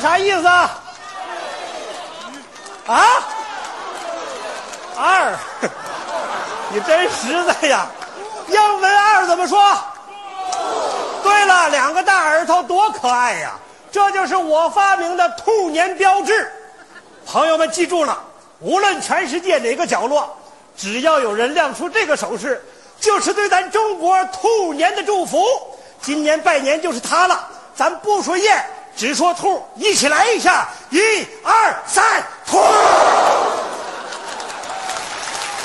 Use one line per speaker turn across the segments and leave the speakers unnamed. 啥意思？啊？二， 你真实在呀！英文二怎么说？对了，两个大耳朵多可爱呀！这就是我发明的兔年标志。朋友们记住了，无论全世界哪个角落，只要有人亮出这个手势，就是对咱中国兔年的祝福。今年拜年就是它了，咱不说雁，只说兔，一起来一下，一二三，兔！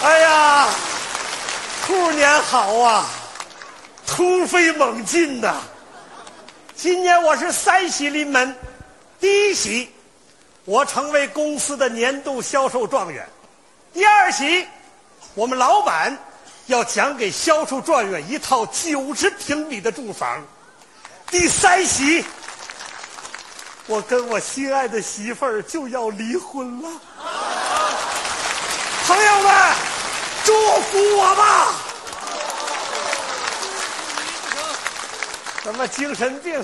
哎呀，兔年好啊，突飞猛进呐、今年我是三喜临门，第一喜，我成为公司的年度销售状元；第二喜，我们老板要奖给销售状元一套九十平米的住房；第三喜，我跟我心爱的媳妇儿就要离婚了。朋友们，祝福我吧！什么精神病？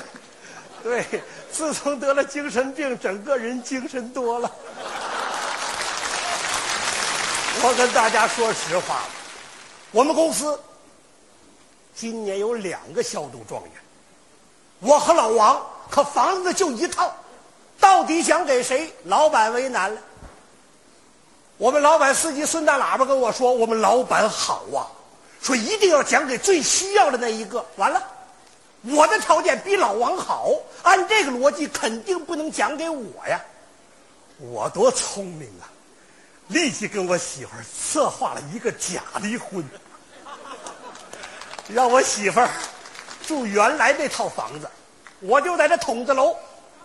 对，自从得了精神病，整个人精神多了。我跟大家说实话，我们公司今年有两个消毒状元，我和老王可房子就一套，到底想给谁？老板为难了。我们老板司机孙大喇叭跟我说：“我们老板好啊，说一定要奖给最需要的那一个。”完了，我的条件比老王好，按这个逻辑肯定不能奖给我呀。我多聪明啊，立即跟我媳妇儿策划了一个假离婚，让我媳妇儿住原来那套房子，我就在这筒子楼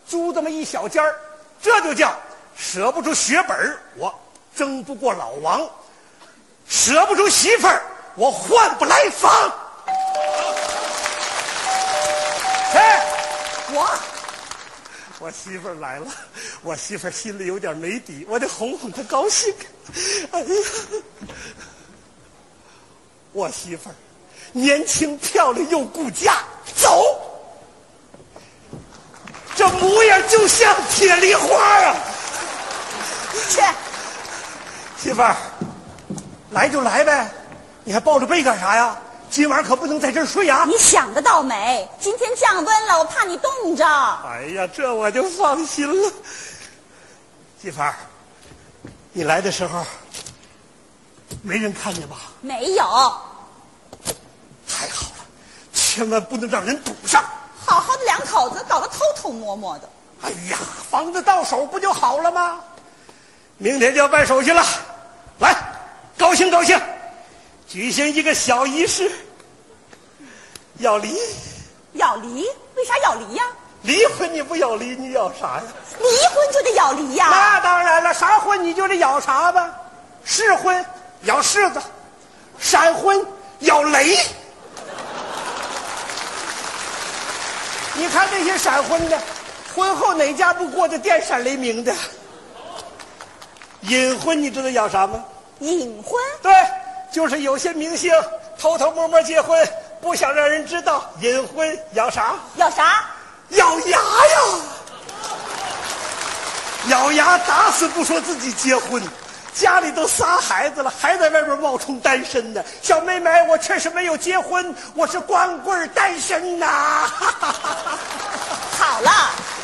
租这么一小间儿，这就叫舍不出血本儿我争不过老王，舍不出媳妇儿，我换不来房。哎，我，我媳妇儿来了，我媳妇儿心里有点没底，我得哄哄她高兴。哎呀，我媳妇儿年轻漂亮又顾家，走，这模样就像铁梨花啊。
去，
媳妇儿，来就来呗，你还抱着被干啥呀？今晚可不能在这儿睡啊！
你想得到没？今天降温了，我怕你冻着。
哎呀，这我就放心了。媳妇儿，你来的时候没人看见吧？
没有，好
太好了，千万不能让人堵上。
好的两口子搞得偷偷摸摸的。
哎呀，房子到手不就好了吗？明天就要办手续了，来，高兴高兴，举行一个小仪式，要离
要离？为啥要离呀？
离婚你不要离，你要啥呀？
离婚就得要离呀。
那当然了，啥婚你就得咬啥吧，是婚咬柿子，闪婚咬雷。你看那些闪婚的，婚后哪家不过的电闪雷鸣的？隐婚你知道咬啥吗？
隐婚？
对，就是有些明星偷偷摸摸结婚，不想让人知道，隐婚咬啥？
要啥？
咬牙呀！咬牙打死不说自己结婚，家里都仨孩子了，还在外边冒充单身呢。小妹妹，我确实没有结婚，我是光棍单身呐、 哈哈哈哈
好了，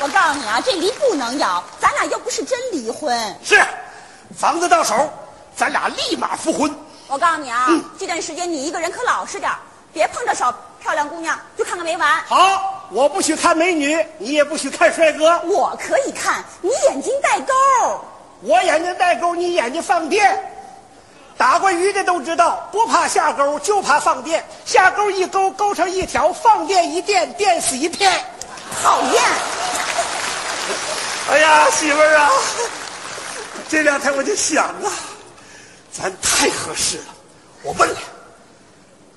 我告诉你啊，这离不能要，咱俩又不是真离婚。
是，房子到手，咱俩立马复婚。
我告诉你啊，这段时间你一个人可老实点儿，别碰着小漂亮姑娘就看个没完。
好，我不许看美女，你也不许看帅哥。
我可以看，你眼睛带钩儿。
我眼睛带钩，你眼睛放电。打过鱼的都知道，不怕下钩，就怕放电。下钩一勾，勾成一条；放电一电，电死一片。
讨厌，
哎呀，媳妇儿啊，这两天我就想啊，咱太合适了。我问了，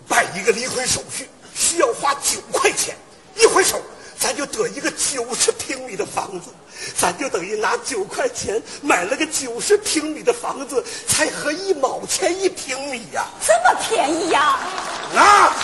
办一个离婚手续需要花九块钱，一回手咱就得一个九十平米的房子，咱就等于拿九块钱买了个九十平米的房子，才合一毛钱一平米呀、
这么便宜呀、
那可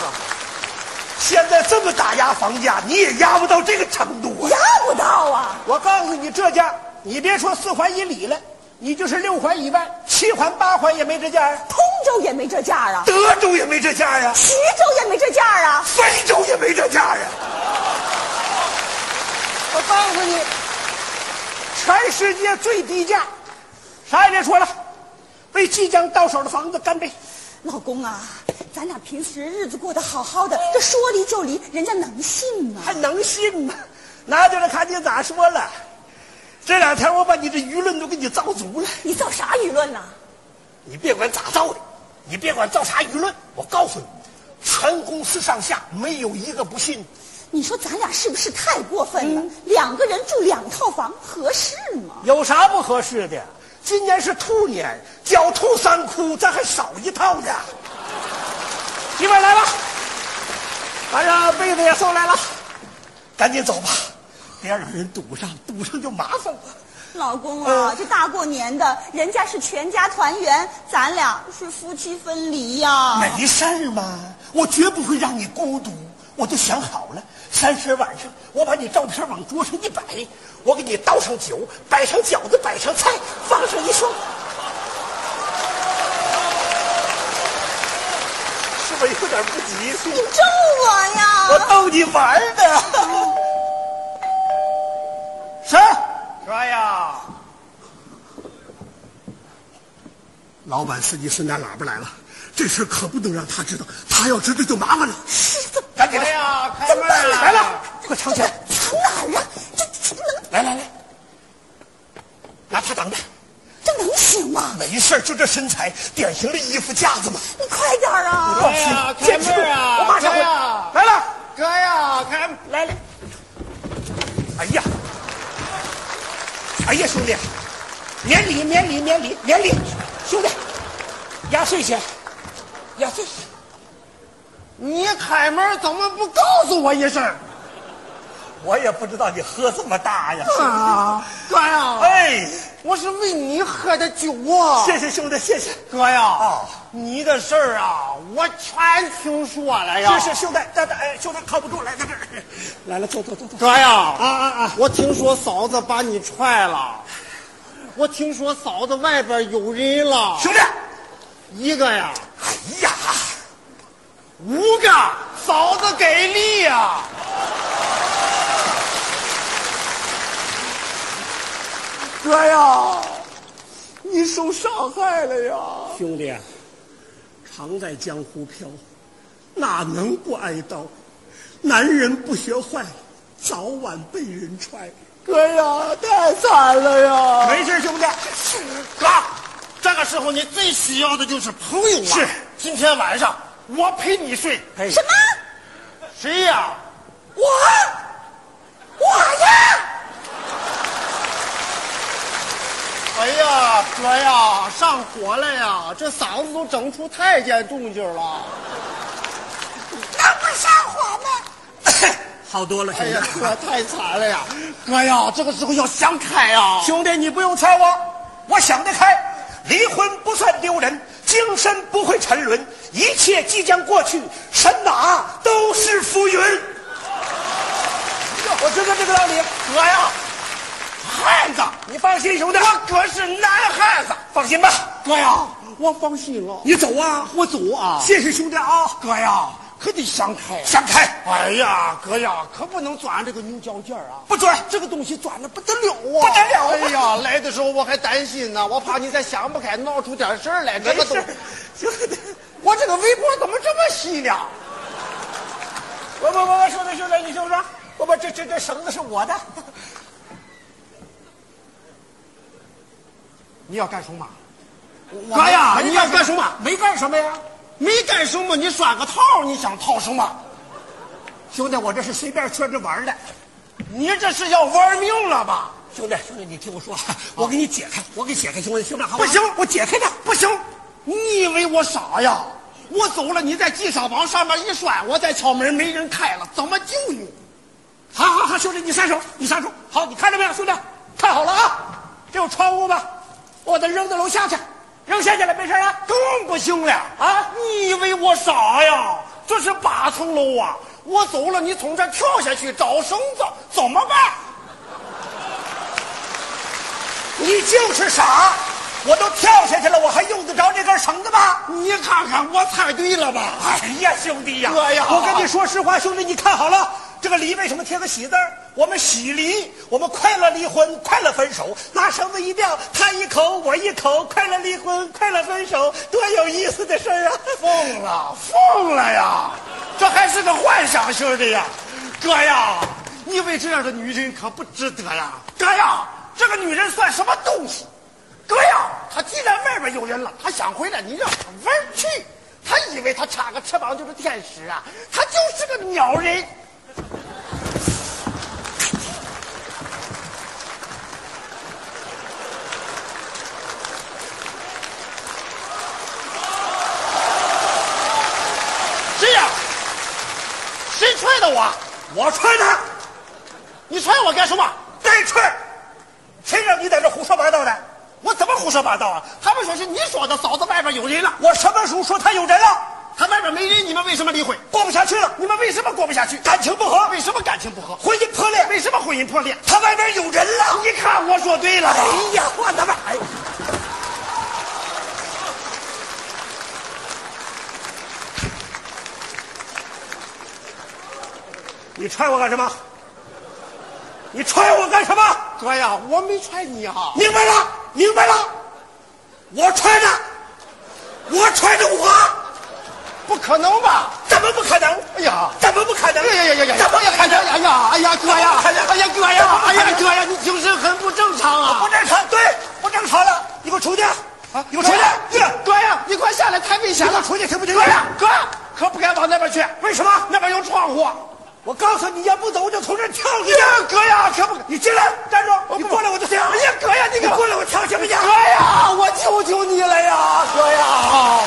现在这么打压房价，你也压不到这个程度啊！
压不到啊！
我告诉你，这价你别说四环以里了，你就是六环以外，七环八环也没这价呀、
通州也没这价啊，
德州也没这价呀、
徐州也没这价啊。
非洲也没这价呀！我告诉你，全世界最低价，啥也别说了，为即将到手的房子干杯！
老公啊，咱俩平时日子过得好好的，这说离就离，人家能信吗？
还能信吗？拿起来看你咋说了。这两天我把你这舆论都给你造足了，
你造啥舆论呐、
你别管咋造的，你别管造啥舆论，我告诉你，全公司上下没有一个不信。
你说咱俩是不是太过分了？两个人住两套房合适吗？
有啥不合适的？今年是兔年，狡兔三窟，咱还少一套呢。一块来吧，晚上被子也送来了，赶紧走吧，别让人堵上，堵上就麻烦了。
老公啊，
嗯
这大过年的，人家是全家团圆，咱俩是夫妻分离呀、
没事儿嘛，我绝不会让你孤独，我都想好了。三十晚上，我把你照片往桌上一摆，我给你倒上酒，摆上饺子，摆上菜，放上一双，是不是有点不吉利
你？咒我
我
呀！
逗你玩儿呢。谁？
说呀，
老板司机孙大喇叭来了，这事儿可不能让他知道，他要知道就麻烦了。赶紧
哎
来！
呀，开门啊！
来了，快藏起来！
藏哪儿啊？这这能
来来来，拿它挡着。
这能行吗？
没事儿就这身材，典型的衣服架子嘛。
你快点儿啊！
放心
哎呀，
坚持住，
开门啊
我马上回
哎呀
来了。
哥呀，开门！
来来，哎呀，哎呀，兄弟，免礼免礼免礼免礼，兄弟，压岁钱，压岁钱，
你开门怎么不告诉我一声
我也不知道你喝这么大呀。
啊？哥呀，
哎，
我是为你喝的酒啊！
谢谢兄弟，谢谢，
哥呀，
啊
你的事儿啊，我全听说了
哎
呀。
是是，兄弟，大大哎，兄弟靠不住，来到这儿，来了，坐坐坐坐。
哥呀，
啊啊啊！
我听说嫂子把你踹了，我听说嫂子外边有人了，
兄弟，
一个呀，
哎呀，
五个，嫂子给力呀、哥呀，你受伤害了呀！
兄弟，常在江湖飘，哪能不挨刀？男人不学坏，早晚被人踹。
哥呀，太惨了呀！
没事，兄弟。
哥，
啊
这个时候你最需要的就是朋友啊！
是，
今天晚上我陪你睡。
哎
什么？
谁呀？
我我呀！
哎呀，哥呀，上火了呀！这嗓子都整出太监动静了。
能不上火吗？
好多了，兄
哎
弟。
呀，哥太惨了呀！哥哎呀，这个时候要想开啊呀！
兄弟，你不用猜我，我想得开。离婚不算丢人，精神不会沉沦，一切即将过去，神马都是浮云。哎我知道这个道理，
哥呀，汉子，
你放心，兄弟，
我哥是男汉子。
放心吧。
哥呀，我放心了，
你走啊，
我走啊。
谢谢兄弟啊，
哥呀，可得想开呀。
闪开。
哎呀，哥呀，可不能钻这个牛角尖儿啊！
不准
这个东西钻的不得了啊！
不得了啊
哎呀，来的时候我还担心呢，我怕你再想不开，闹出点事儿来。这个东，
兄弟，
我这个围脖怎么这么细呢？
我我我我兄弟兄弟，你听我说，我我这这这绳子是我的，
你要干什么？
我
哥呀，
没
你要干什么？
没干什么呀，
没干什么，你拴个套，你想套什么？
兄弟，我这是随便圈着玩的。
你这是要玩命了吧？
兄弟，兄弟，你听我说，啊我给你解开，我给解开，兄弟，兄弟，好
不行，
我解开它。
不行，你以为我傻呀？我走了，你再系上，往上面一拴，我再敲门，没人开了，怎么救你？
好好好，兄弟，你撒手，你撒手。好，你看着没有，兄弟，看好了啊，这有窗户吧？我再扔到楼下去，扔下去了，没事啊。
更不行了
啊
啊！你以为我傻呀？这是八层楼啊，我走了，你从这跳下去找绳子，怎么办？
你就是傻！我都跳下去了，我还用得着那根绳子吗？
你看看，我猜对了吧？
哎呀，兄弟呀，
哥呀
我跟你说实话，兄弟，你看好了，这个离为什么贴个喜字儿？我们喜离，我们快乐离婚，快乐分手，拿绳子一吊，他一口我一口，快乐离婚，快乐分手，多有意思的事儿啊！
疯了，疯了呀！这还是个幻想型的呀，哥呀，你为这样的女人可不值得呀！哥呀，这个女人算什么东西？哥呀，她既然外边有人了，她想回来，你让她玩儿去。她以为她插个翅膀就是天使啊，她就是个鸟人。谁呀？谁踹的我？
我踹他，
你踹我干什么？
再踹，谁让你在这胡说八道的？
我怎么胡说八道啊？他们说是你说的，嫂子外边有人了，
我什么时候说他有人了？
她外边没人，你们为什么离婚？
过不下去了，
你们为什么过不下去？
感情不和，
为什么感情不和？
婚姻破裂，
为什么婚姻破裂？
他外边有人了。
你看我说对了吧
哎呀，我的妈呀！你踹我干什么？你踹我干什么？
哥呀，我没踹你啊哈、
明白了，明白了，我踹的，我踹的我，
不可能吧？
怎么不可能？
哎呀，
怎么不可能？
哎呀呀呀呀！
怎么不可能？
哎呀，哎呀，哥呀，哎呀，哎呀，哥呀，哎呀，哥呀，你精神很不正常
不
啊！
正常，对，不正常了，你给我出去！
啊
你给我出去！呀
哥呀，你快下来，太危险
你给
了
我！出去，听不听？
哥呀，哥，可不敢往那边去，
为什么？
那边有窗户。
我告诉你，要不走，我就从这儿跳出去！
哥呀，可不，
你进来，站住！
我
你
不
过来我就跳！
哎呀，哥呀，你
你
可
过来我跳行不行？
哥呀，我求求你了呀，哥呀！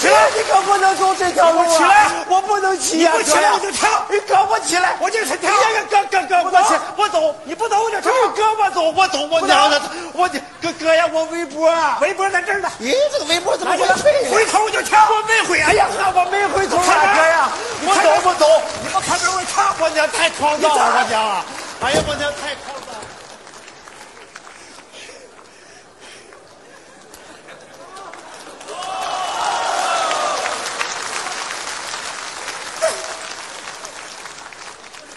起来
你可不能走这条路、啊！
我起来，
我不能起
你
呀、
不起
哥呀
来我就跳，
你哥，我起来，
我就是跳
哎。呀哥哥哥，我起，我走。
你不走我就
不
跳。
是哎哥，我走，我走，我
不走
娘的，我的哥哥呀，我围脖啊。
围脖在这儿呢，
咦，哎这个围脖怎么
拿过
会
来
废
回头我就跳。
我没回，哎呀呵，我没回头啊，
看看
哥呀，
你
我
看看
走，我走，
你不看这我跳，
我娘太狂躁
你走
了，我娘啊，哎呀，我娘太狂躁了。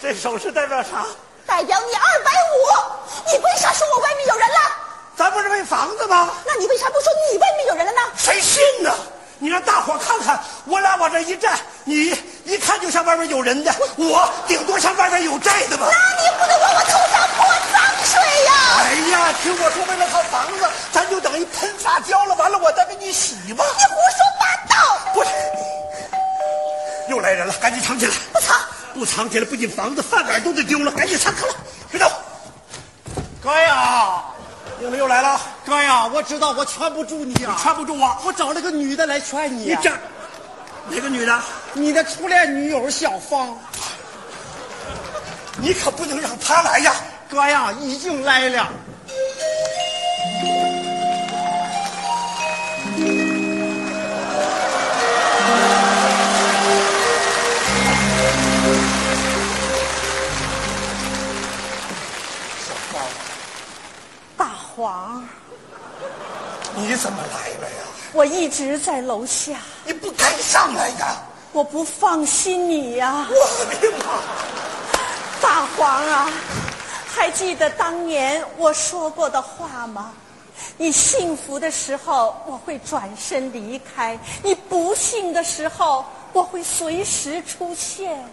这手势代表啥？
代表你二百五，你为啥说我外面有人了？
咱不是为房子吗？
那你为啥不说你外面有人了呢？
谁信呢？你让大伙看看，我俩往这一站，你一看就像外边有人的，我顶多像外边有债的吧。
那你不能往我头上泼脏水呀、
哎呀，听我说，为了套房子，咱就等于喷发胶了。完了，我再给你洗吧。
你胡说八道！
不是，又来人了，赶紧藏起来！
不藏，
不藏起来，不仅房子、饭碗都得丢了。赶紧藏起来！别动！
哥呀，
英子又来了，
哥呀，我知道我劝不住你啊，
劝不住我。
我找了个女的来劝你
哎
你
啊，
这哪个女的？
你的初恋女友小芳，
你可不能让她来呀！
哥呀，已经来了。
大黄，
你怎么来了呀？
我一直在楼下，
你不该上来呀！
我不放心你呀、
我的啊妈！
大黄啊，还记得当年我说过的话吗？你幸福的时候，我会转身离开；你不幸的时候，我会随时出现。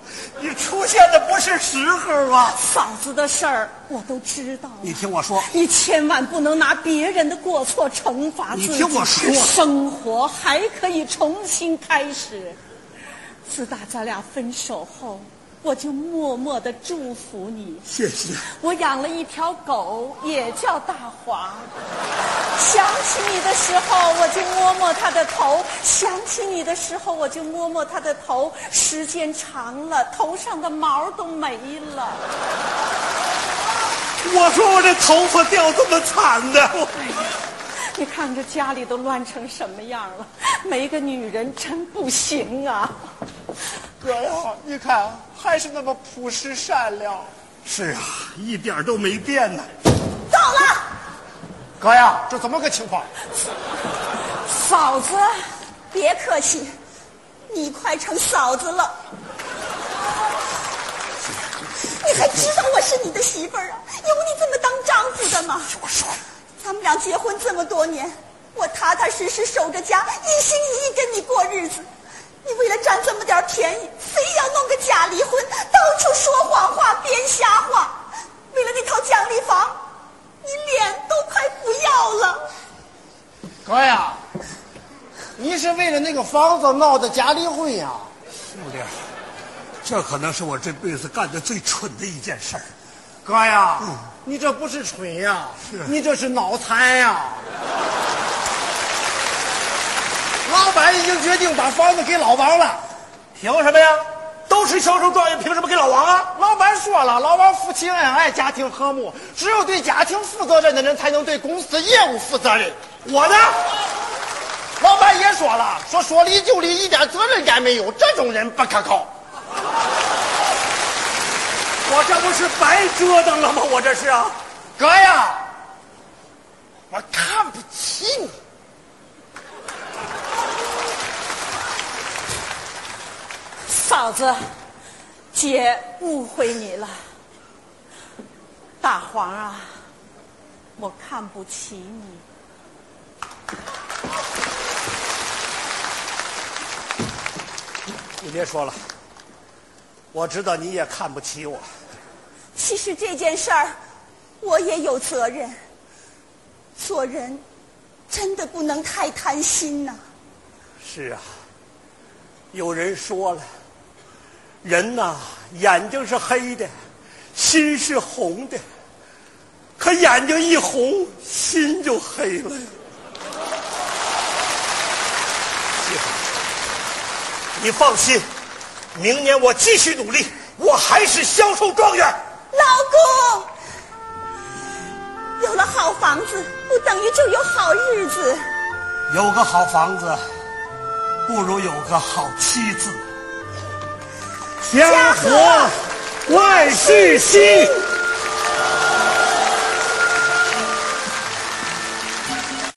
你出现的不是时候啊！
嫂子的事儿我都知道了
你听我说，
你千万不能拿别人的过错惩罚自己。
你听我说
生活还可以重新开始。自打咱俩分手后，我就默默的祝福你。
谢谢。
我养了一条狗，也叫大黄。想起你的时候，我就摸摸它的头；想起你的时候，我就摸摸它的头。时间长了，头上的毛都没了。
我说我这头发掉这么惨的，
你看这家里都乱成什么样了，没个女人真不行啊！
哥呀，你看还是那么朴实善良。
是啊，一点都没变呢。
走了，
哥呀，这怎么个情况？
嫂子，别客气，你快成嫂子了。你还知道我是你的媳妇儿啊？有你这么当丈夫的吗？
我说，
咱们俩结婚这么多年，我踏踏实实守着家，一心一意跟你过日子。你为了占这么点便宜，非要弄个假离婚，到处说谎话、编瞎话。为了那套奖励房，你脸都快不要了。
哥呀，你是为了那个房子闹的假离婚呀？
兄弟，这可能是我这辈子干的最蠢的一件事儿。
哥呀，你这不是蠢呀，你这是脑残呀！老板已经决定把房子给老王了。
凭什么呀？都是销售状元，凭什么给老王啊？
老板说了，老王夫妻恩爱，家庭和睦，只有对家庭负责任的人才能对公司业务负责任。
我呢？
老板也说了，说说离就离，一点责任感没有，这种人不可靠。
我这不是白折腾了吗？我这是啊。
哥呀，我看不起你。
嫂子，姐误会你了。大黄啊，我看不起你。
你别说了，我知道你也看不起我。
其实这件事儿，我也有责任。做人真的不能太贪心呐、
是啊，有人说了，人呐、眼睛是黑的，心是红的，可眼睛一红，心就黑了。 媳妇，你放心，明年我继续努力，我还是销售状元。
老公，有了好房子，不等于就有好日子。
有个好房子，不如有个好妻子。家
和
万事兴。